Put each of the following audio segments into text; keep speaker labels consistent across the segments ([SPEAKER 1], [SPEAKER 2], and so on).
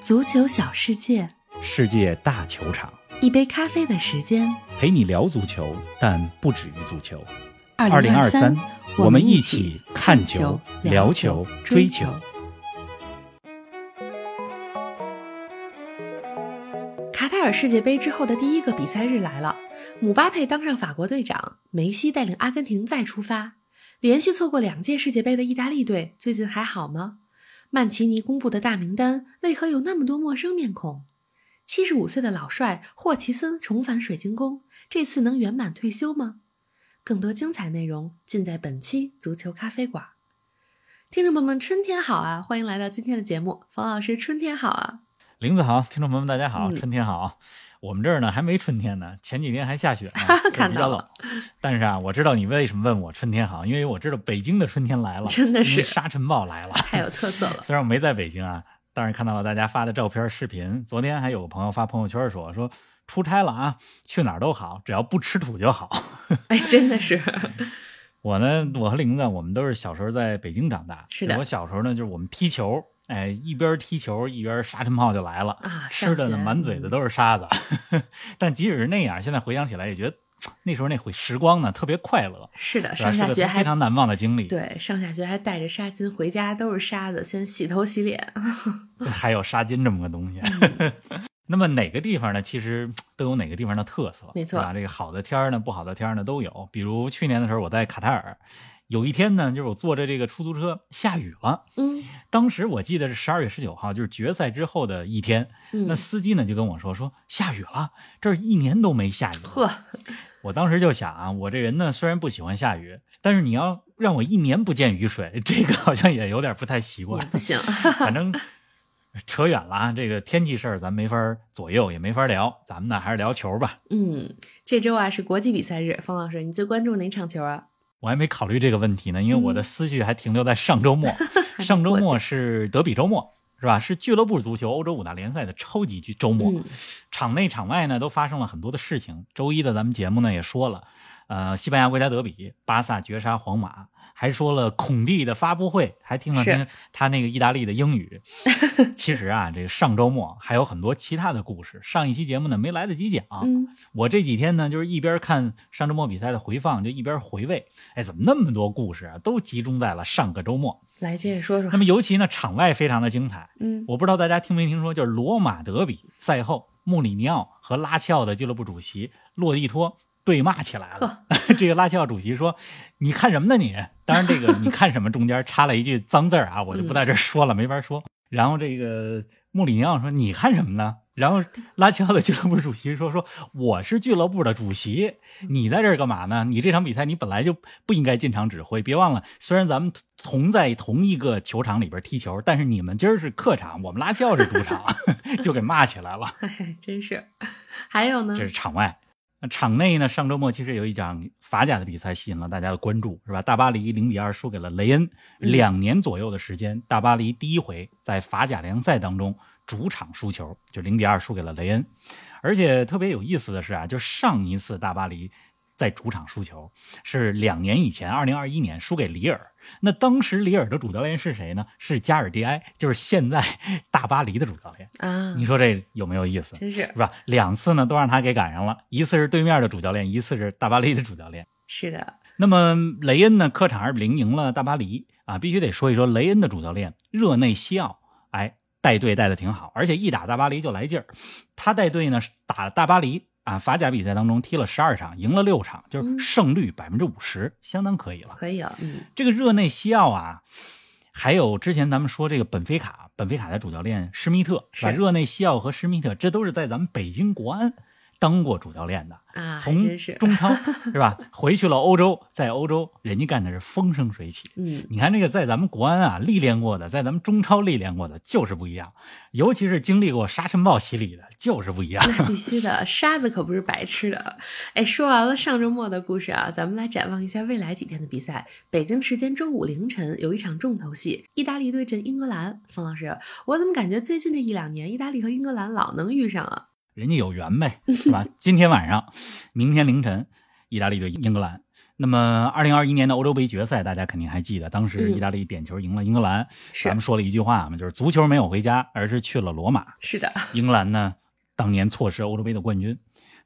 [SPEAKER 1] 足球小世界，
[SPEAKER 2] 世界大球场，
[SPEAKER 1] 一杯咖啡的时间。
[SPEAKER 2] 陪你聊足球，但不止于足球。
[SPEAKER 1] 二零
[SPEAKER 2] 二
[SPEAKER 1] 三，
[SPEAKER 2] 我
[SPEAKER 1] 们
[SPEAKER 2] 们
[SPEAKER 1] 一
[SPEAKER 2] 一起看球、聊球、追
[SPEAKER 1] 追
[SPEAKER 2] 球。。
[SPEAKER 1] 卡塔尔世界杯之后的第一个比赛日来了，姆巴佩当上法国队长，梅西带领阿根廷再出发。连续错过两届世界杯的意大利队，最近还好吗？曼奇尼公布的大名单为何有那么多陌生面孔？七十五岁的老帅霍奇森重返水晶宫，这次能圆满退休吗？更多精彩内容尽在本期足球咖啡馆。听众朋友们，春天好啊！欢迎来到今天的节目，冯老师，春天好啊！
[SPEAKER 2] 林子好，听众朋友们，大家好，
[SPEAKER 1] 嗯，
[SPEAKER 2] 春天好。我们这儿呢还没春天呢，前几天还下雪呢 就
[SPEAKER 1] 看
[SPEAKER 2] 比
[SPEAKER 1] 到
[SPEAKER 2] 较冷
[SPEAKER 1] 了。
[SPEAKER 2] 但是啊，我知道你为什么问我春天好，因为我知道北京的春天来了，
[SPEAKER 1] 真的
[SPEAKER 2] 因
[SPEAKER 1] 是
[SPEAKER 2] 为沙尘暴来了。
[SPEAKER 1] 太有特色了。
[SPEAKER 2] 虽然我没在北京啊，但是看到了大家发的照片、视频。昨天还有个朋友发朋友圈说说出差了啊，去哪儿都好，只要不吃土就好。
[SPEAKER 1] 哎，真的是，
[SPEAKER 2] 我呢，我和玲子，我们都是小时候在北京长大。
[SPEAKER 1] 是的
[SPEAKER 2] 我小时候呢，就是我们踢球，哎，一边踢球一边沙尘暴就来了
[SPEAKER 1] 啊上
[SPEAKER 2] 吃的呢
[SPEAKER 1] 学
[SPEAKER 2] 满嘴的都是沙子。 但即使是那样，现在回想起来也觉得那时候那会时光呢特别快乐，
[SPEAKER 1] 是的，
[SPEAKER 2] 是吧
[SPEAKER 1] 上下
[SPEAKER 2] 是个
[SPEAKER 1] 学还
[SPEAKER 2] 非常难忘的经历。，
[SPEAKER 1] 对，上下学还带着纱巾回家，都是沙子，先洗头洗 脸。
[SPEAKER 2] 还有纱巾这么个东
[SPEAKER 1] 嗯
[SPEAKER 2] 西。那么哪个地方呢？其实都有哪个地方的特色，
[SPEAKER 1] 没错
[SPEAKER 2] 啊。这个好的天儿呢，不好的天儿呢都有。比如去年的时候，我在卡塔尔，有一天呢，就是我坐着这个出租车，下雨了。
[SPEAKER 1] 嗯
[SPEAKER 2] 当时我记得是十二月十九号，就是决赛之后的一天。那
[SPEAKER 1] 嗯，
[SPEAKER 2] 司机呢就跟我说说下雨了，这儿一年都没下雨。
[SPEAKER 1] 呵，
[SPEAKER 2] 我当时就想啊，我这人呢虽然不喜欢下雨，但是你要让我一年不见雨水，这个好像也有点不太习
[SPEAKER 1] 也
[SPEAKER 2] 惯。
[SPEAKER 1] 不行。
[SPEAKER 2] 反正扯远了啊，这个天气事儿咱没法儿左右，也没法儿聊，咱们呢还是聊球吧。
[SPEAKER 1] 嗯，这周啊是国际比赛日，方老师，你最关注哪场球啊？
[SPEAKER 2] 我还没考虑这个问题呢，因为我的
[SPEAKER 1] 嗯
[SPEAKER 2] 思绪还停留在上周 末。
[SPEAKER 1] 还没
[SPEAKER 2] 上周
[SPEAKER 1] 过
[SPEAKER 2] 末
[SPEAKER 1] 去
[SPEAKER 2] 是德比周末，是吧？是俱乐部足球欧洲五大联赛的超级剧周末。
[SPEAKER 1] 嗯
[SPEAKER 2] 场内场外呢都发生了很多的事情。周一的咱们节目呢也说了，呃，西班牙国家德比，巴萨绝杀皇马，还说了孔蒂的发布会，还听了
[SPEAKER 1] 是
[SPEAKER 2] 他他那个意大利的 英语。其实啊，这个上周末还有很多其他的故事，上一期节目呢没来得及讲。
[SPEAKER 1] 嗯，
[SPEAKER 2] 我这几天呢就是一边看上周末比赛的回放，就一边回味，哎，怎么那么多故事啊，都集中在了上个周末。
[SPEAKER 1] 来接着说说
[SPEAKER 2] 那。么尤其呢，场外非常的精彩。
[SPEAKER 1] 嗯，
[SPEAKER 2] 我不知道大家听没听说，就是罗马德比赛后，穆里尼奥和拉齐奥的俱乐部主席洛蒂托对骂起来了。 这个拉齐奥主席说：“你看什么呢你？”当然，这个你看什么中间插了一句脏字儿啊，我就不在这儿说了，没法说。然后这个穆里尼奥说：“你看什么呢？”然后拉齐奥的俱乐部主席说：“说我是俱乐部的主席，你在这儿干嘛呢？你这场比赛你本来就不应该进场指挥。别忘了，虽然咱们同在同一个球场里边踢球，但是你们今儿是客场，我们拉齐奥是主场， 就给骂起来了。
[SPEAKER 1] 哎，真是。还有呢
[SPEAKER 2] 这？是场外。那场内呢？上周末其实有一场法甲的比赛吸引了大家的关注，是吧？大巴黎零比二输给了雷恩。两年左右的时间，大巴黎第一回在法甲联赛当中主场输球，就零比二输给了雷恩。而且特别有意思的是啊，就上一次大巴黎在主场输球是两年以前，二零二一年输给里尔。那当时里尔的主教练是谁呢？是加尔迪埃，就是现在 大巴黎的主教练。
[SPEAKER 1] 啊，
[SPEAKER 2] 你说这有没有意思？
[SPEAKER 1] 真是
[SPEAKER 2] 是吧？两次呢都让他给赶上了，一次是对面的主教练，一次是大巴黎的主教练。
[SPEAKER 1] 是的，
[SPEAKER 2] 那么雷恩呢，客场二比零赢了大巴黎啊，必须得说一说雷恩的主教练热内西奥，哎，带队带的挺好，而且一打大巴黎就来劲儿。他带队呢打大巴黎啊，法甲比赛当中踢了十二场，赢了六场，就是
[SPEAKER 1] 嗯
[SPEAKER 2] 胜率百分之五十，相当可以了。
[SPEAKER 1] 可以了。嗯
[SPEAKER 2] 这个热内西奥啊，还有之前咱们说这个本菲卡，本菲卡的主教练施密特，
[SPEAKER 1] 是
[SPEAKER 2] 吧？热内西奥和施密特，这都是在咱们北京国安当过主教练的，
[SPEAKER 1] 啊，还
[SPEAKER 2] 从
[SPEAKER 1] 真是。
[SPEAKER 2] 中超是吧？回去了欧洲，在欧洲人家干的是风生水起。
[SPEAKER 1] 嗯，
[SPEAKER 2] 你看这个在咱们国安啊历练过的，在咱们中超历练过的就是不一样，尤其是经历过沙尘暴洗礼的，就是不一样。
[SPEAKER 1] 那必须的，沙子可不是白吃的。哎，说完了上周末的故事啊，咱们来展望一下未来几天的比赛。北京时间周五凌晨有一场重头戏，意大利对阵英格兰。方老师，我怎么感觉最近这一两年，意大利和英格兰老能遇上啊？
[SPEAKER 2] 人家有缘呗，是吧？今天晚上，明天凌晨，意大利对英格兰。那么，二零二一年的欧洲杯决赛，大家肯定还记得，当时意大利点球赢了英格兰。
[SPEAKER 1] 是
[SPEAKER 2] 咱们说了一句话嘛，就是足球没有回家，而是去了罗马。
[SPEAKER 1] 是的，
[SPEAKER 2] 英格兰呢，当年错失欧洲杯的冠军。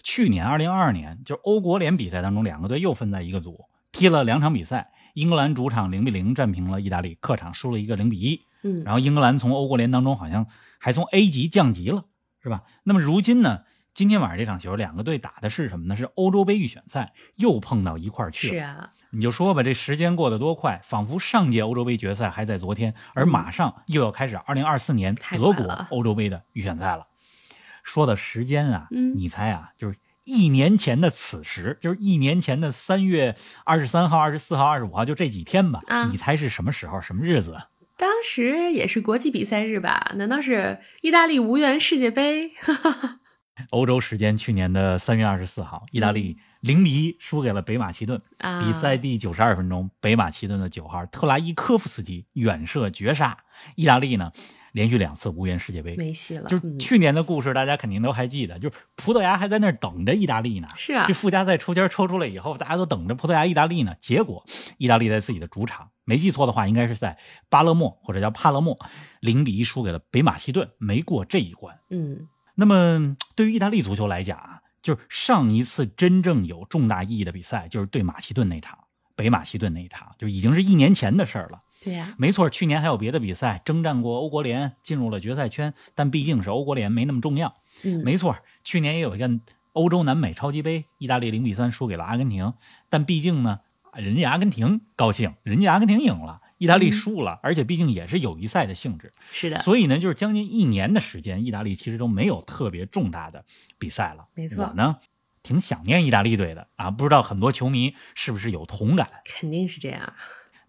[SPEAKER 2] 去年二零二二年，就是欧国联比赛当中，两个队又分在一个组，踢了两场比赛。英格兰主场零比零战平了意大利，客场输了一个零比一。
[SPEAKER 1] 嗯，
[SPEAKER 2] 然后英格兰从欧国联当中好像还从 A 级降级了，是吧？那么如今呢，今天晚上这场球，两个队打的是什么呢？是欧洲杯预选赛，又碰到一块儿去了。
[SPEAKER 1] 是啊，
[SPEAKER 2] 你就说吧，这时间过得多快，仿佛上届欧洲杯决赛还在昨天，而马上又要开始二零二四年
[SPEAKER 1] 嗯太
[SPEAKER 2] 德
[SPEAKER 1] 快
[SPEAKER 2] 国
[SPEAKER 1] 了
[SPEAKER 2] 欧洲杯的预选赛了。说到时间啊，
[SPEAKER 1] 嗯
[SPEAKER 2] 你猜啊，就是一年前的此时，就是一年前的三月二十三号、二十四号、二十五号，就这几天吧。
[SPEAKER 1] 啊
[SPEAKER 2] 你猜是什么时候、什么日子？啊
[SPEAKER 1] 当时也是国际比赛日吧？难道是意大利无缘世界杯？
[SPEAKER 2] 欧洲时间去年的三月二十四号，意大利零比一输给了北马其顿。
[SPEAKER 1] 嗯啊，
[SPEAKER 2] 比赛第九十二分钟，北马其顿的九号特拉伊科夫斯基远射绝杀，意大利呢连续两次无缘世界杯。
[SPEAKER 1] 没戏了，
[SPEAKER 2] 就是
[SPEAKER 1] 嗯
[SPEAKER 2] 去年的故事，大家肯定都还记得，就是葡萄牙还在那儿等着意大利呢。
[SPEAKER 1] 是啊
[SPEAKER 2] 这，附加赛抽签抽出来以后，大家都等着葡萄牙、意大利呢。结果，意大利在自己的主场，没记错的话，应该是在巴勒莫或者叫帕勒莫，零比一输给了北马其顿，没过这一关。
[SPEAKER 1] 嗯，
[SPEAKER 2] 那么，对于意大利足球来讲啊，就是上一次真正有重大意义的比赛，就是对马其顿那场，北马其顿那一场，就已经是一年前的事儿了。
[SPEAKER 1] 对呀、
[SPEAKER 2] 没错，去年还有别的比赛征战过欧国联，进入了决赛圈，但毕竟是欧国联，没那么重要。
[SPEAKER 1] 嗯，
[SPEAKER 2] 没错，去年也有一个欧洲南美超级杯，意大利零比三输给了阿根廷，但毕竟呢，人家阿根廷高兴，人家阿根廷赢了，意大利
[SPEAKER 1] 嗯
[SPEAKER 2] 输了，而且毕竟也是友谊赛的性质。
[SPEAKER 1] 是的，
[SPEAKER 2] 所以呢，就是将近一年的时间，意大利其实都没有特别重大的比赛了。
[SPEAKER 1] 没错
[SPEAKER 2] 我呢挺想念意大利队的啊，不知道很多球迷是不是有同感？
[SPEAKER 1] 肯定是这样。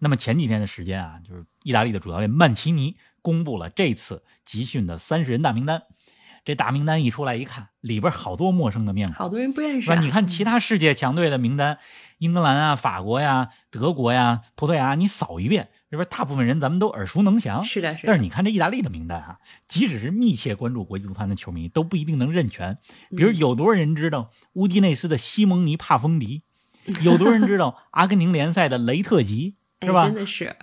[SPEAKER 2] 那么前几天的时间啊，就是意大利的主教练曼奇尼公布了这次集训的三十人大名单。这大名单一出来一看，里边好多陌生的面孔。
[SPEAKER 1] 好多人不认识、
[SPEAKER 2] 是吧？
[SPEAKER 1] 啊，
[SPEAKER 2] 你看其他世界强队的名单，英格兰啊、法国呀、德国呀、葡萄牙，你扫一遍，是不是大部分人咱们都耳熟能详？
[SPEAKER 1] 是的，是的，
[SPEAKER 2] 但是你看这意大利的名单啊，即使是密切关注国际足坛的球迷，都不一定能认全。比如
[SPEAKER 1] 嗯
[SPEAKER 2] 有多少人知道乌迪内斯的西蒙尼·帕丰 迪，有多少人知道阿根廷联赛的雷特吉，
[SPEAKER 1] 哎
[SPEAKER 2] 是吧
[SPEAKER 1] 真？的是，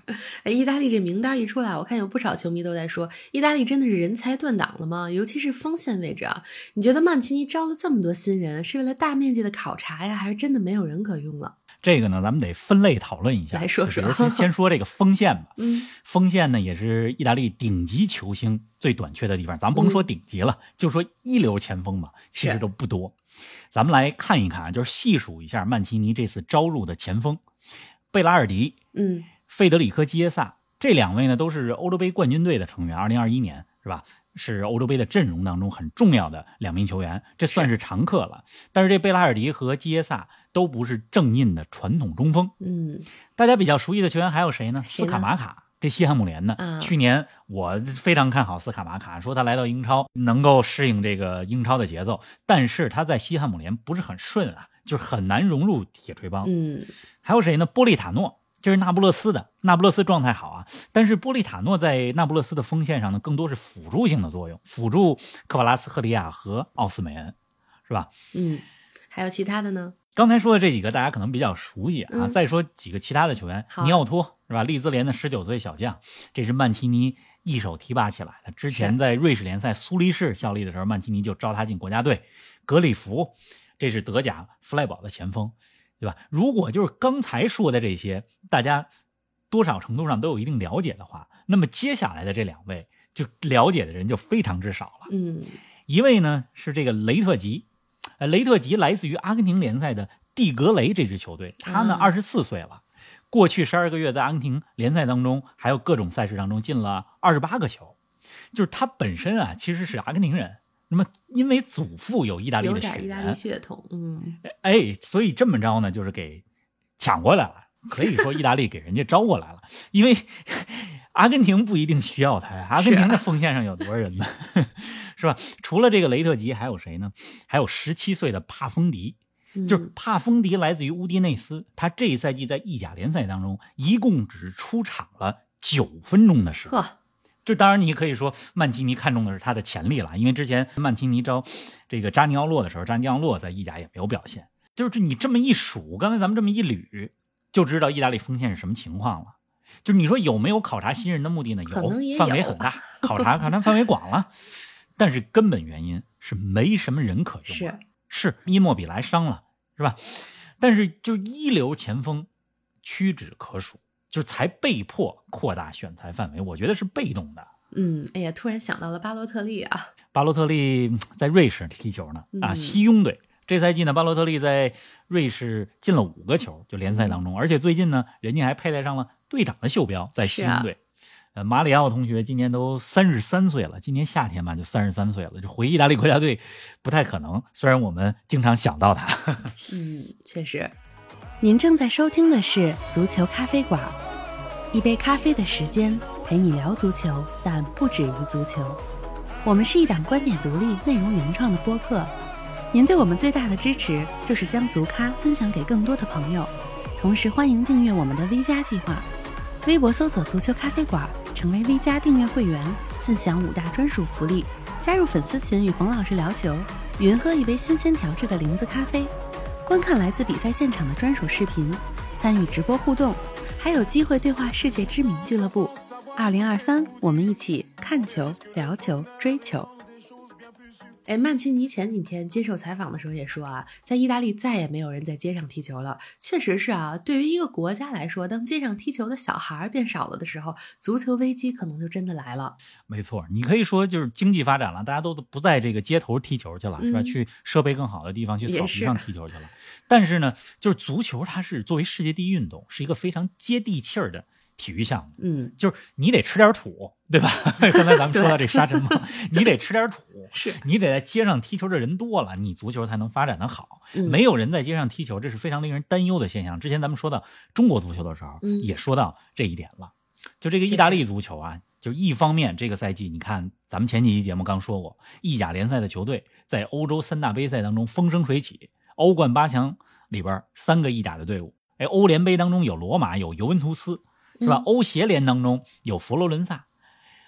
[SPEAKER 1] 哎，意大利这名单一出来，我看有不少球迷都在说，意大利真的是人才断档了吗？尤其是锋线位置啊，你觉得曼奇尼招了这么多新人，是为了大面积的考察呀，还是真的没有人可用了？
[SPEAKER 2] 这个呢，咱们得分类讨论一下。
[SPEAKER 1] 来说
[SPEAKER 2] 就
[SPEAKER 1] 说
[SPEAKER 2] 比如 先先说这个锋线吧。
[SPEAKER 1] 嗯，
[SPEAKER 2] 锋线呢，也是意大利顶级球星最短缺的地方。咱甭说顶级了，就说一流前锋吧，其
[SPEAKER 1] 嗯
[SPEAKER 2] 实
[SPEAKER 1] 是
[SPEAKER 2] 都不多。咱们来看一看啊，就是细数一下曼奇尼这次招入的前锋：贝拉尔迪、
[SPEAKER 1] 嗯，
[SPEAKER 2] 费德里科·基耶萨这两位呢，都是欧洲杯冠军队的成员，二零二一年是吧？是欧洲杯的阵容当中很重要的两名球员，这算是常客了。但是这贝拉尔迪和基耶萨都不是正印的传统中锋，
[SPEAKER 1] 嗯，
[SPEAKER 2] 大家比较熟悉的球员还有谁呢？
[SPEAKER 1] 谁
[SPEAKER 2] 斯
[SPEAKER 1] 呢
[SPEAKER 2] 卡马卡，这西汉姆联的。
[SPEAKER 1] 嗯
[SPEAKER 2] 去年我非常看好斯卡马卡，说他来到英超能够适应这个英超的节奏，但是他在西汉姆联不是很顺啊，就是很难融入铁锤帮。
[SPEAKER 1] 嗯，
[SPEAKER 2] 还有谁呢？波利塔诺，这是那不勒斯的。那不勒斯状态好啊，但是波利塔诺在那不勒斯的锋线上呢，更多是辅助性的作用，辅助科瓦拉斯赫利亚和奥斯梅恩，是吧？
[SPEAKER 1] 嗯，还有其他的呢？
[SPEAKER 2] 刚才说的这几个大家可能比较熟悉啊，
[SPEAKER 1] 嗯
[SPEAKER 2] 再说几个其他的球员，
[SPEAKER 1] 好啊
[SPEAKER 2] 尼奥托是吧？利兹联的十九岁小将，这是曼奇尼一手提拔起来的。之前
[SPEAKER 1] 是
[SPEAKER 2] 在瑞士联赛苏黎世效力的时候，曼奇尼就招他进国家队。格里弗，这是德甲弗赖堡的前锋，对吧？如果就是刚才说的这些，大家多少程度上都有一定了解的话，那么接下来的这两位就了解的人就非常之少了。
[SPEAKER 1] 嗯，
[SPEAKER 2] 一位呢是这个雷特吉，呃，雷特吉来自于阿根廷联赛的蒂格雷这支球队，他呢
[SPEAKER 1] 啊
[SPEAKER 2] 二十四岁了，过去十二个月在阿根廷联赛当中，还有各种赛事当中进了二十八个球，就是他本身啊其实是阿根廷人，那么因为祖父有意大利
[SPEAKER 1] 有
[SPEAKER 2] 的血
[SPEAKER 1] 点意大利
[SPEAKER 2] 缘，
[SPEAKER 1] 血统，嗯，
[SPEAKER 2] 哎，所以这么着呢，就是给抢过来了，可以说意大利给人家招过来了，因为阿根廷不一定需要他呀，阿根廷的锋线上有多少人呢？ 是吧？除了这个雷特吉，还有谁呢？还有十七岁的帕丰迪，
[SPEAKER 1] 嗯
[SPEAKER 2] 就是帕丰迪来自于乌迪内斯，他这一赛季在意甲联赛当中一共只出场了九分钟的时间。
[SPEAKER 1] 呵，
[SPEAKER 2] 这当然，你可以说曼奇尼看中的是他的潜力了，因为之前曼奇尼招这个扎尼奥洛的时候，扎尼奥洛在意甲也没有表现。就是你这么一数，刚才咱们这么一捋，就知道意大利锋线是什么情况了。就是你说有没有考察新人的目的呢？
[SPEAKER 1] 可能也有
[SPEAKER 2] 范围很大，考察考察范围广了，但是根本原因是没什么人可用了
[SPEAKER 1] 是，
[SPEAKER 2] 是伊莫比莱伤了，是吧？但是就一流前锋屈指可数，就是才被迫扩大选材范围，我觉得是被动的。
[SPEAKER 1] 嗯，哎呀，突然想到了巴洛特利啊，
[SPEAKER 2] 巴洛特利嗯在瑞士踢球呢，啊，
[SPEAKER 1] 嗯
[SPEAKER 2] 西庸队。这赛季呢，巴洛特利在瑞士进了五个球，就联赛当
[SPEAKER 1] 嗯
[SPEAKER 2] 中，而且最近呢，人家还佩戴上了队长的袖标，在西
[SPEAKER 1] 是啊
[SPEAKER 2] 庸队。呃，马里奥同学今年都三十三岁了，今年夏天吧就三十三岁了，就回意大利国家队不太可能。虽然我们经常想到他，
[SPEAKER 1] 嗯，确实。您正在收听的是《足球咖啡馆》，一杯咖啡的时间陪你聊足球，但不止于足球。我们是一档观点独立、内容原创的播客。您对我们最大的支持就是将足咖分享给更多的朋友，同时欢迎订阅我们的 V 加计划。微博搜索“足球咖啡馆”，成为 V 加订阅会员，自享五大专属福利，加入粉丝群与冯老师聊球，云喝一杯新鲜调制的零子咖啡，观看来自比赛现场的专属视频，参与直播互动，还有机会对话世界知名俱乐部。二零二三，我们一起看球、聊球、追球。哎，曼奇尼前几天接受采访的时候也说啊，在意大利再也没有人在街上踢球了。确实是啊，对于一个国家来说，当街上踢球的小孩儿变少了的时候，足球危机可能就真的来了。
[SPEAKER 2] 没错，你可以说就是经济发展了，大家都不在这个街头踢球去了，是吧？
[SPEAKER 1] 嗯
[SPEAKER 2] 去设备更好的地方，去
[SPEAKER 1] 也
[SPEAKER 2] 草
[SPEAKER 1] 是
[SPEAKER 2] 皮上踢球去了。但是呢，就是足球，它是作为世界第一运动，是一个非常接地气儿的体育项目。
[SPEAKER 1] 嗯，
[SPEAKER 2] 就是你得吃点土，对吧？ 刚才咱们说到这沙尘暴， 你得吃点土，
[SPEAKER 1] 是
[SPEAKER 2] 你得在街上踢球的人多了，你足球才能发展的好。
[SPEAKER 1] 嗯
[SPEAKER 2] 没有人在街上踢球，这是非常令人担忧的现象。之前咱们说到中国足球的时候，
[SPEAKER 1] 嗯
[SPEAKER 2] 也说到这一点了。就这个
[SPEAKER 1] 确
[SPEAKER 2] 意
[SPEAKER 1] 实
[SPEAKER 2] 大利足球啊，就一方面这个赛季，你看咱们前几期节目刚说过，意甲联赛的球队在欧洲三大杯赛当中风生水起，欧冠八强里边三个意甲的队伍，哎，欧联杯当中有罗马，有尤文图斯，是吧？
[SPEAKER 1] 嗯
[SPEAKER 2] 欧协联当中有佛罗伦萨，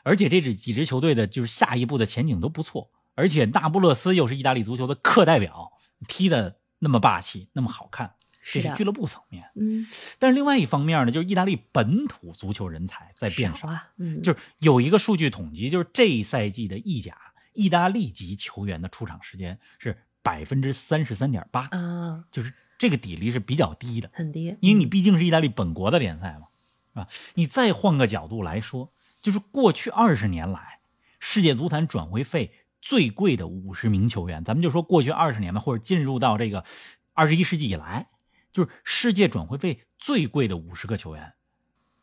[SPEAKER 2] 而且这支几支球队的就是下一步的前景都不错，而且那不勒斯又是意大利足球的客代表，踢的那么霸气，那么好看，这
[SPEAKER 1] 是
[SPEAKER 2] 是
[SPEAKER 1] 的
[SPEAKER 2] 俱，乐部层面。
[SPEAKER 1] 嗯，
[SPEAKER 2] 但是另外一方面呢，就是意大利本土足球人才在变
[SPEAKER 1] 少
[SPEAKER 2] 少，
[SPEAKER 1] 啊，嗯，
[SPEAKER 2] 就是有一个数据统计，就是这一赛季的意甲意大利籍球员的出场时间是百分之三十三点八，
[SPEAKER 1] 啊，
[SPEAKER 2] 就是这个比例是比较低的。
[SPEAKER 1] 很低，
[SPEAKER 2] 因为你
[SPEAKER 1] 嗯
[SPEAKER 2] 毕竟是意大利本国的联赛嘛，是吧？你再换个角度来说，就是过去二十年来，世界足坛转会费最贵的五十名球员，咱们就说过去二十年吧，或者进入到这个二十一世纪以来，就是世界转会费最贵的五十个球员，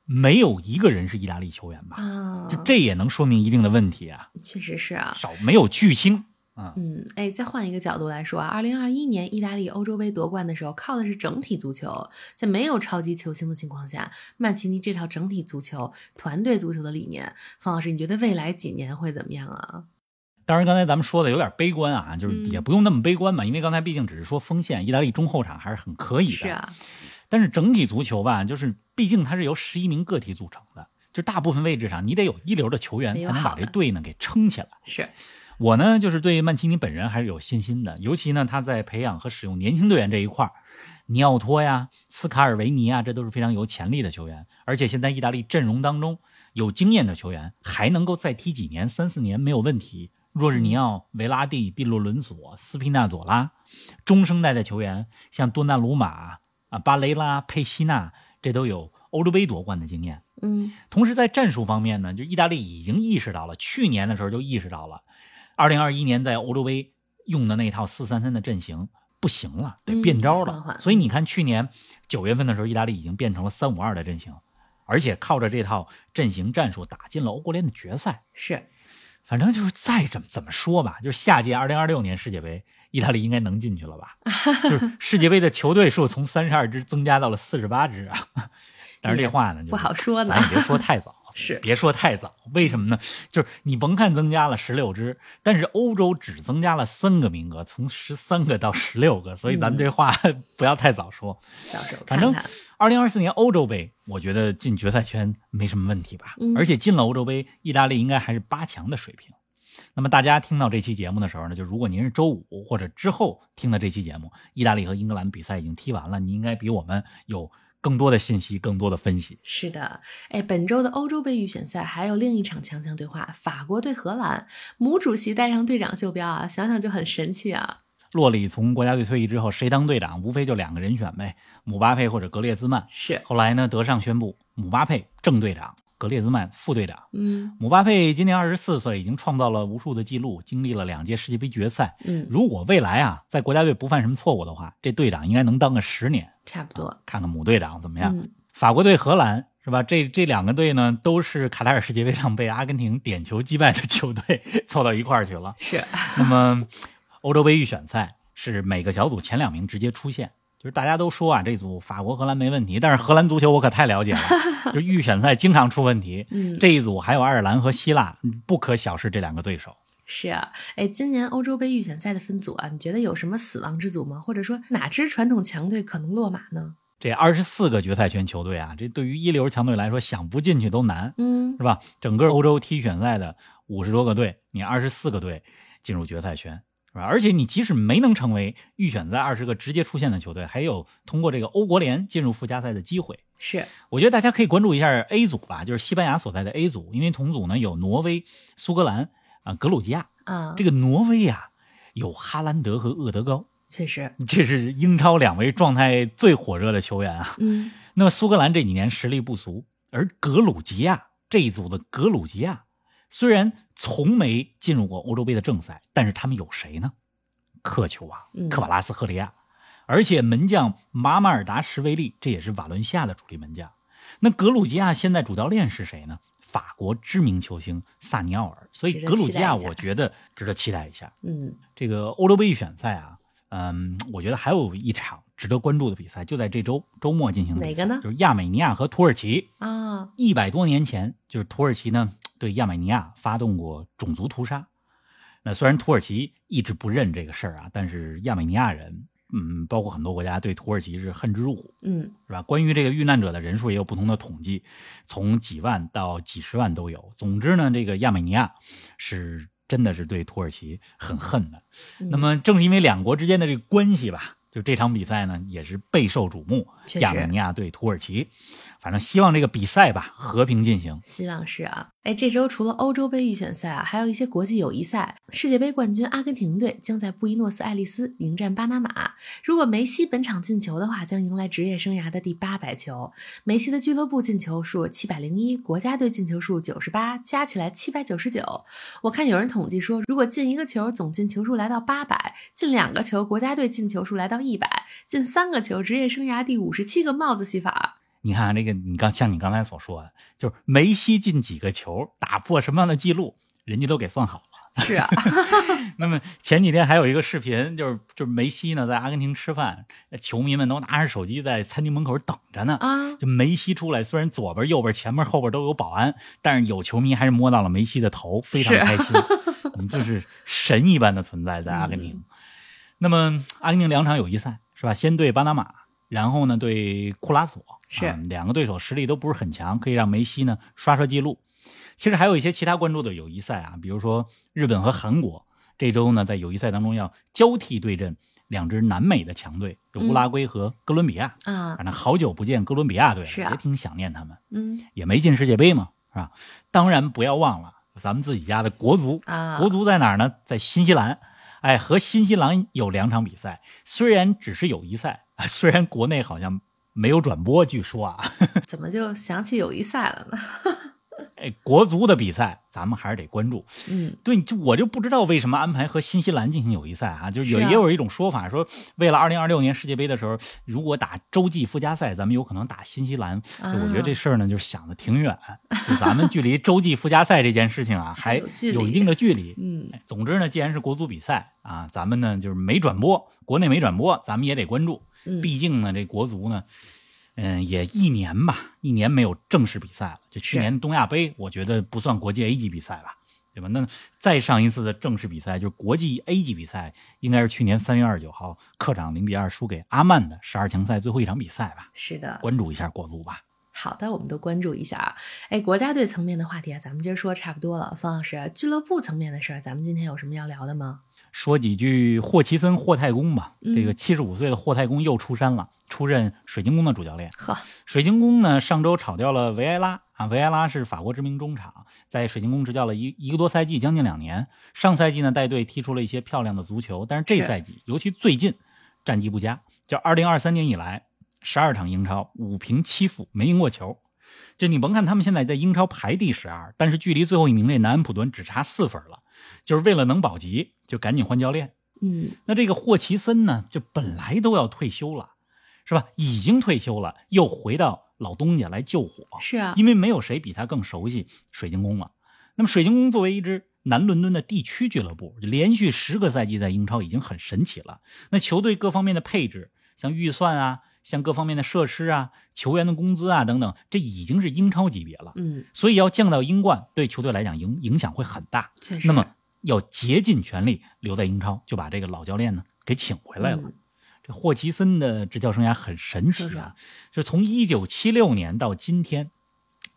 [SPEAKER 2] 没有一个人是意大利球员吧？
[SPEAKER 1] 啊，
[SPEAKER 2] 就这也能说明一定的问题啊，
[SPEAKER 1] 确实是啊，
[SPEAKER 2] 少没有巨星啊。
[SPEAKER 1] 嗯，哎，再换一个角度来说啊，二零二一年意大利欧洲杯夺冠的时候，靠的是整体足球，在没有超级球星的情况下，曼奇尼这套整体足球、团队足球的理念，方老师，你觉得未来几年会怎么样啊？
[SPEAKER 2] 当然，刚才咱们说的有点悲观啊，就是
[SPEAKER 1] 嗯
[SPEAKER 2] 也不用那么悲观嘛，因为刚才毕竟只是说锋线，意大利中后场还是很可以的。
[SPEAKER 1] 是啊，
[SPEAKER 2] 但是整体足球吧，就是毕竟它是由十一名个体组成的，就大部分位置上你得有一流的球员
[SPEAKER 1] 得有
[SPEAKER 2] 才能
[SPEAKER 1] 好
[SPEAKER 2] 把
[SPEAKER 1] 的
[SPEAKER 2] 这队呢给撑起来。
[SPEAKER 1] 是，
[SPEAKER 2] 我呢，就是对曼奇尼本人还是有信心的，尤其呢他在培养和使用年轻队员这一块儿，尼奥托呀、斯卡尔维尼啊，这都是非常有潜力的球员。而且现在意大利阵容当中有经验的球员，还能够再踢几年、三四年没有问题。若日尼奥、维拉蒂、蒂洛伦索、斯皮纳佐拉，中生代的球员，像多纳鲁马啊、巴雷拉、佩西纳，这都有欧洲杯夺冠的经验。
[SPEAKER 1] 嗯
[SPEAKER 2] 同时在战术方面呢，就意大利已经意识到了，去年的时候就意识到了，二零二一年在欧洲杯用的那套四三三的阵型不行了，得
[SPEAKER 1] 嗯
[SPEAKER 2] 变招了。
[SPEAKER 1] 换换
[SPEAKER 2] 所以你看，去年九月份的时候，意大利已经变成了三五二的阵型，而且靠着这套阵型战术打进了欧国联的决赛。
[SPEAKER 1] 是，
[SPEAKER 2] 反正就是再怎么怎么说吧，就是下届二零二六年世界杯，意大利应该能进去 了吧？就是世界杯的球队数从三十二支增加到了四十八支 啊。但是这话呢，就是
[SPEAKER 1] 不好说呢
[SPEAKER 2] 咱也别说太早，
[SPEAKER 1] 是
[SPEAKER 2] 别说太早。为什么呢？就是你甭看增加了十六支，但是欧洲只增加了三个名额，从十三个到十六个，所以
[SPEAKER 1] 嗯
[SPEAKER 2] 咱们这话不要太早说。
[SPEAKER 1] 到时候看
[SPEAKER 2] 反正
[SPEAKER 1] 看，
[SPEAKER 2] 二零二四年欧洲杯，我觉得进决赛圈没什么问题吧。
[SPEAKER 1] 嗯
[SPEAKER 2] 而且进了欧洲杯，意大利应该还是八强的水平。那么大家听到这期节目的时候呢，就如果您是周五或者之后听的这期节目，意大利和英格兰比赛已经踢完了，你应该比我们有更多的信息、更多的分析。
[SPEAKER 1] 是的，哎，本周的欧洲杯预选赛还有另一场强强对话，法国对荷兰，姆主席带上队长袖标啊，想想就很神气啊。
[SPEAKER 2] 洛里从国家队退役之后，谁当队长？无非就两个人选呗，姆巴佩或者格列兹曼。
[SPEAKER 1] 是，
[SPEAKER 2] 后来呢，德尚宣布姆巴佩正队长，格列兹曼副队长。
[SPEAKER 1] 嗯
[SPEAKER 2] 姆巴佩今年二十四岁，已经创造了无数的记录，经历了两届世界杯决赛。
[SPEAKER 1] 嗯，
[SPEAKER 2] 如果未来啊，在国家队不犯什么错误的话，这队长应该能当个十年，啊
[SPEAKER 1] 差不多。
[SPEAKER 2] 看看母队长怎么样。
[SPEAKER 1] 嗯，
[SPEAKER 2] 法国队、荷兰是吧？这这两个队呢，都是卡塔尔世界杯上被阿根廷点球击败的球队 凑到一块儿去了。
[SPEAKER 1] 是，
[SPEAKER 2] 那么，欧洲杯预选赛是每个小组前两名直接出线。就是大家都说啊，这组法国、荷兰没问题，但是荷兰足球我可太了解了，就预选赛经常出问题。
[SPEAKER 1] 嗯，
[SPEAKER 2] 这一组还有爱尔兰和希腊，不可小视这两个对手。
[SPEAKER 1] 是啊，哎，今年欧洲杯预选赛的分组啊，你觉得有什么死亡之组吗？或者说哪支传统强队可能落马呢？
[SPEAKER 2] 这二十四个决赛圈球队啊，这对于一流强队来说，想不进去都难，
[SPEAKER 1] 嗯
[SPEAKER 2] 是吧？整个欧洲踢选赛的五十多个队，你二十四个队进入决赛圈，是吧？而且你即使没能成为预选赛二十个直接出线的球队，还有通过这个欧国联进入附加赛的机会。
[SPEAKER 1] 是，
[SPEAKER 2] 我觉得大家可以关注一下 A 组吧，就是西班牙所在的 A 组，因为同组呢有挪威、苏格兰啊、格鲁吉亚。
[SPEAKER 1] 啊，
[SPEAKER 2] 这
[SPEAKER 1] 个
[SPEAKER 2] 个挪威啊，有哈兰德和厄德高，
[SPEAKER 1] 确实，
[SPEAKER 2] 这是英超两位状态最火热的球员啊。
[SPEAKER 1] 嗯
[SPEAKER 2] 那么苏格兰这几年实力不俗，而格鲁吉亚这一组的格鲁吉亚虽然从没进入过欧洲杯的正赛，但是他们有谁呢？克球王
[SPEAKER 1] 嗯
[SPEAKER 2] 科瓦拉斯赫利亚，而且门将马马尔达什维利，这也是瓦伦西亚的主力门将。那格鲁吉亚现在主教练是谁呢？法国知名球星萨尼奥尔，所以
[SPEAKER 1] 值得
[SPEAKER 2] 格鲁
[SPEAKER 1] 期
[SPEAKER 2] 吉
[SPEAKER 1] 待
[SPEAKER 2] 亚
[SPEAKER 1] 一下
[SPEAKER 2] 我觉得值得期待一下。
[SPEAKER 1] 嗯，
[SPEAKER 2] 这个欧洲杯预选赛啊，嗯，我觉得还有一场值得关注的比赛，就在这周周末进行的比赛，
[SPEAKER 1] 哪个呢
[SPEAKER 2] 就是亚美尼亚和土耳其。
[SPEAKER 1] 啊，
[SPEAKER 2] 一百多年前，就是土耳其呢对亚美尼亚发动过种族屠杀。那虽然土耳其一直不认这个事儿啊，但是亚美尼亚人，嗯，包括很多国家对土耳其是恨之入骨，
[SPEAKER 1] 嗯
[SPEAKER 2] 是吧？关于这个遇难者的人数也有不同的统计，从几万到几十万都有。总之呢，这个亚美尼亚是真的是对土耳其很恨的。
[SPEAKER 1] 嗯，
[SPEAKER 2] 那么正是因为两国之间的这个关系吧，就这场比赛呢也是备受瞩目。
[SPEAKER 1] 确
[SPEAKER 2] 亚
[SPEAKER 1] 实
[SPEAKER 2] 美尼亚对土耳其，反正希望这个比赛吧和平进行。
[SPEAKER 1] 希望是啊，哎，这周除了欧洲杯预选赛啊，还有一些国际友谊赛。世界杯冠军阿根廷队将在布宜诺斯艾利斯迎战巴拿马。如果梅西本场进球的话，将迎来职业生涯的第八百球。梅西的俱乐部进球数七百零一，国家队进球数九十八，加起来七百九十九。我看有人统计说，如果进一个球，总进球数来到八百；进两个球，国家队进球数来到一百；进三个球，职业生涯第五十七个帽子戏法。
[SPEAKER 2] 你看啊这个，你刚像你刚才所说的，就是梅西进几个球，打破什么样的记录，人家都给算好了。
[SPEAKER 1] 是啊，
[SPEAKER 2] 那么前几天还有一个视频，就是就是梅西呢在阿根廷吃饭，球迷们都拿着手机在餐厅门口等着呢。
[SPEAKER 1] 啊，
[SPEAKER 2] 就梅西出来，虽然左边、右边、前面、后边都有保安，但是有球迷还是摸到了梅西的头，非常
[SPEAKER 1] 是啊
[SPEAKER 2] 开心。嗯就是神一般的存在在阿根
[SPEAKER 1] 嗯
[SPEAKER 2] 廷。那么阿根廷两场友谊赛是吧？先对巴拿马，然后呢对库拉索，
[SPEAKER 1] 是
[SPEAKER 2] 啊两个对手实力都不是很强，可以让梅西呢刷刷记录。其实还有一些其他关注的友谊赛啊，比如说日本和韩国这周呢在友谊赛当中要交替对阵两支南美的强队，就乌拉
[SPEAKER 1] 嗯
[SPEAKER 2] 圭和哥伦比亚。
[SPEAKER 1] 啊，
[SPEAKER 2] 反正好久不见哥伦比亚队了，
[SPEAKER 1] 是啊
[SPEAKER 2] 也挺想念他们，
[SPEAKER 1] 嗯
[SPEAKER 2] 也没进世界杯嘛，是吧？当然不要忘了咱们自己家的国足，
[SPEAKER 1] 啊，
[SPEAKER 2] 国足在哪儿呢？在新西兰。哎，和新西兰有两场比赛，虽然只是友谊赛， 虽然国内好像没有转播，据说啊，
[SPEAKER 1] 怎么就想起友谊赛了呢？
[SPEAKER 2] 哎，国足的比赛咱们还是得关注。
[SPEAKER 1] 嗯，
[SPEAKER 2] 对，就我就不知道为什么安排和新西兰进行友谊赛啊，就是有
[SPEAKER 1] 是啊
[SPEAKER 2] 也有一种说法说，为了二零二六年世界杯的时候，如果打洲际附加赛，咱们有可能打新西兰。
[SPEAKER 1] 啊
[SPEAKER 2] 就我觉得这事儿呢，就是想的挺远，就咱们距离洲际附加赛这件事情啊，还
[SPEAKER 1] 有距离
[SPEAKER 2] 有一定的距离。
[SPEAKER 1] 嗯，
[SPEAKER 2] 哎总之呢，既然是国足比赛啊，咱们呢就是没转播，国内没转播，咱们也得关注。
[SPEAKER 1] 嗯
[SPEAKER 2] 毕竟呢，这国足呢，嗯，也一年吧，一年没有正式比赛了。就去
[SPEAKER 1] 是
[SPEAKER 2] 年东亚杯，我觉得不算国际 A 级比赛吧，对吧？那再上一次的正式比赛，就是国际 A 级比赛，应该是去年三月二十九号客场零比二输给阿曼的十二强赛最后一场比赛吧。
[SPEAKER 1] 是的。
[SPEAKER 2] 关注一下国足吧。
[SPEAKER 1] 好的，我们都关注一下啊。哎，国家队层面的话题啊，咱们今儿说差不多了。方老师，俱乐部层面的事儿，咱们今天有什么要聊的吗？
[SPEAKER 2] 说几句霍奇森霍太公吧，
[SPEAKER 1] 嗯
[SPEAKER 2] 这个七十五岁的霍太公又出山了，出任水晶宫的主教练。
[SPEAKER 1] 呵，
[SPEAKER 2] 水晶宫呢，上周炒掉了维埃拉啊，维埃拉是法国知名中场，在水晶宫执教了一一个多赛季，将近两年。上赛季呢，带队踢出了一些漂亮的足球，但是这
[SPEAKER 1] 是
[SPEAKER 2] 赛季，尤其最近战绩不佳，就二零二三年以来，十二场英超五平七负，没赢过球。就你甭看他们现在在英超排第十二，但是距离最后一名这南安普敦只差四分了。就是为了能保级，就赶紧换教练。
[SPEAKER 1] 嗯，
[SPEAKER 2] 那这个霍奇森呢，就本来都要退休了，是吧？已经退休了，又回到老东家来救火，
[SPEAKER 1] 是啊，
[SPEAKER 2] 因为没有谁比他更熟悉水晶宫了。那么水晶宫作为一支南伦敦的地区俱乐部，连续十个赛季在英超已经很神奇了。那球队各方面的配置，像预算啊，像各方面的设施啊，球员的工资啊等等，这已经是英超级别了。
[SPEAKER 1] 嗯，
[SPEAKER 2] 所以要降到英冠，对球队来讲影影响会很大。
[SPEAKER 1] 确实。
[SPEAKER 2] 那么要竭尽全力留在英超，就把这个老教练呢给请回来了。
[SPEAKER 1] 嗯
[SPEAKER 2] 这霍奇森的执教生涯很神奇
[SPEAKER 1] 是
[SPEAKER 2] 啊
[SPEAKER 1] 的，
[SPEAKER 2] 就是从一九七六年到今天，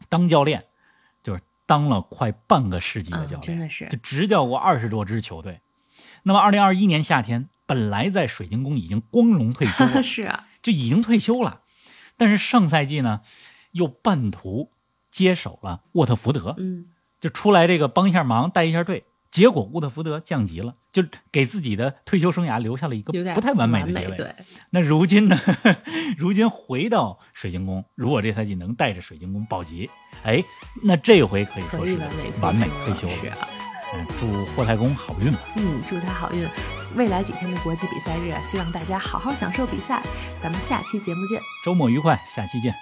[SPEAKER 2] 当教练就是当了快半个世纪的教
[SPEAKER 1] 嗯，真
[SPEAKER 2] 练，
[SPEAKER 1] 的是，
[SPEAKER 2] 就执教过二十多支球队。那么，二零二一年夏天，本来在水晶宫已经光荣退休了
[SPEAKER 1] 是啊，
[SPEAKER 2] 就已经退休了，但是上赛季呢，又半途接手了沃特福德。
[SPEAKER 1] 嗯，
[SPEAKER 2] 就出来这个帮一下忙，带一下队。结果沃特福德降级了，就给自己的退休生涯留下了一个
[SPEAKER 1] 有点
[SPEAKER 2] 不太完美的结尾。
[SPEAKER 1] 对，
[SPEAKER 2] 那如今呢？ 如今回到水晶宫，如果这赛季能带着水晶宫保级，哎，那这回可以
[SPEAKER 1] 可
[SPEAKER 2] 说
[SPEAKER 1] 以
[SPEAKER 2] 是
[SPEAKER 1] 完美
[SPEAKER 2] 完美
[SPEAKER 1] 退
[SPEAKER 2] 退休
[SPEAKER 1] 休了是
[SPEAKER 2] 了。
[SPEAKER 1] 啊，
[SPEAKER 2] 嗯，祝霍太公好运吧。
[SPEAKER 1] 嗯，祝他好运。未来几天的国际比赛日啊，希望大家好好享受比赛。咱们下期节目见。
[SPEAKER 2] 周末愉快，下期见。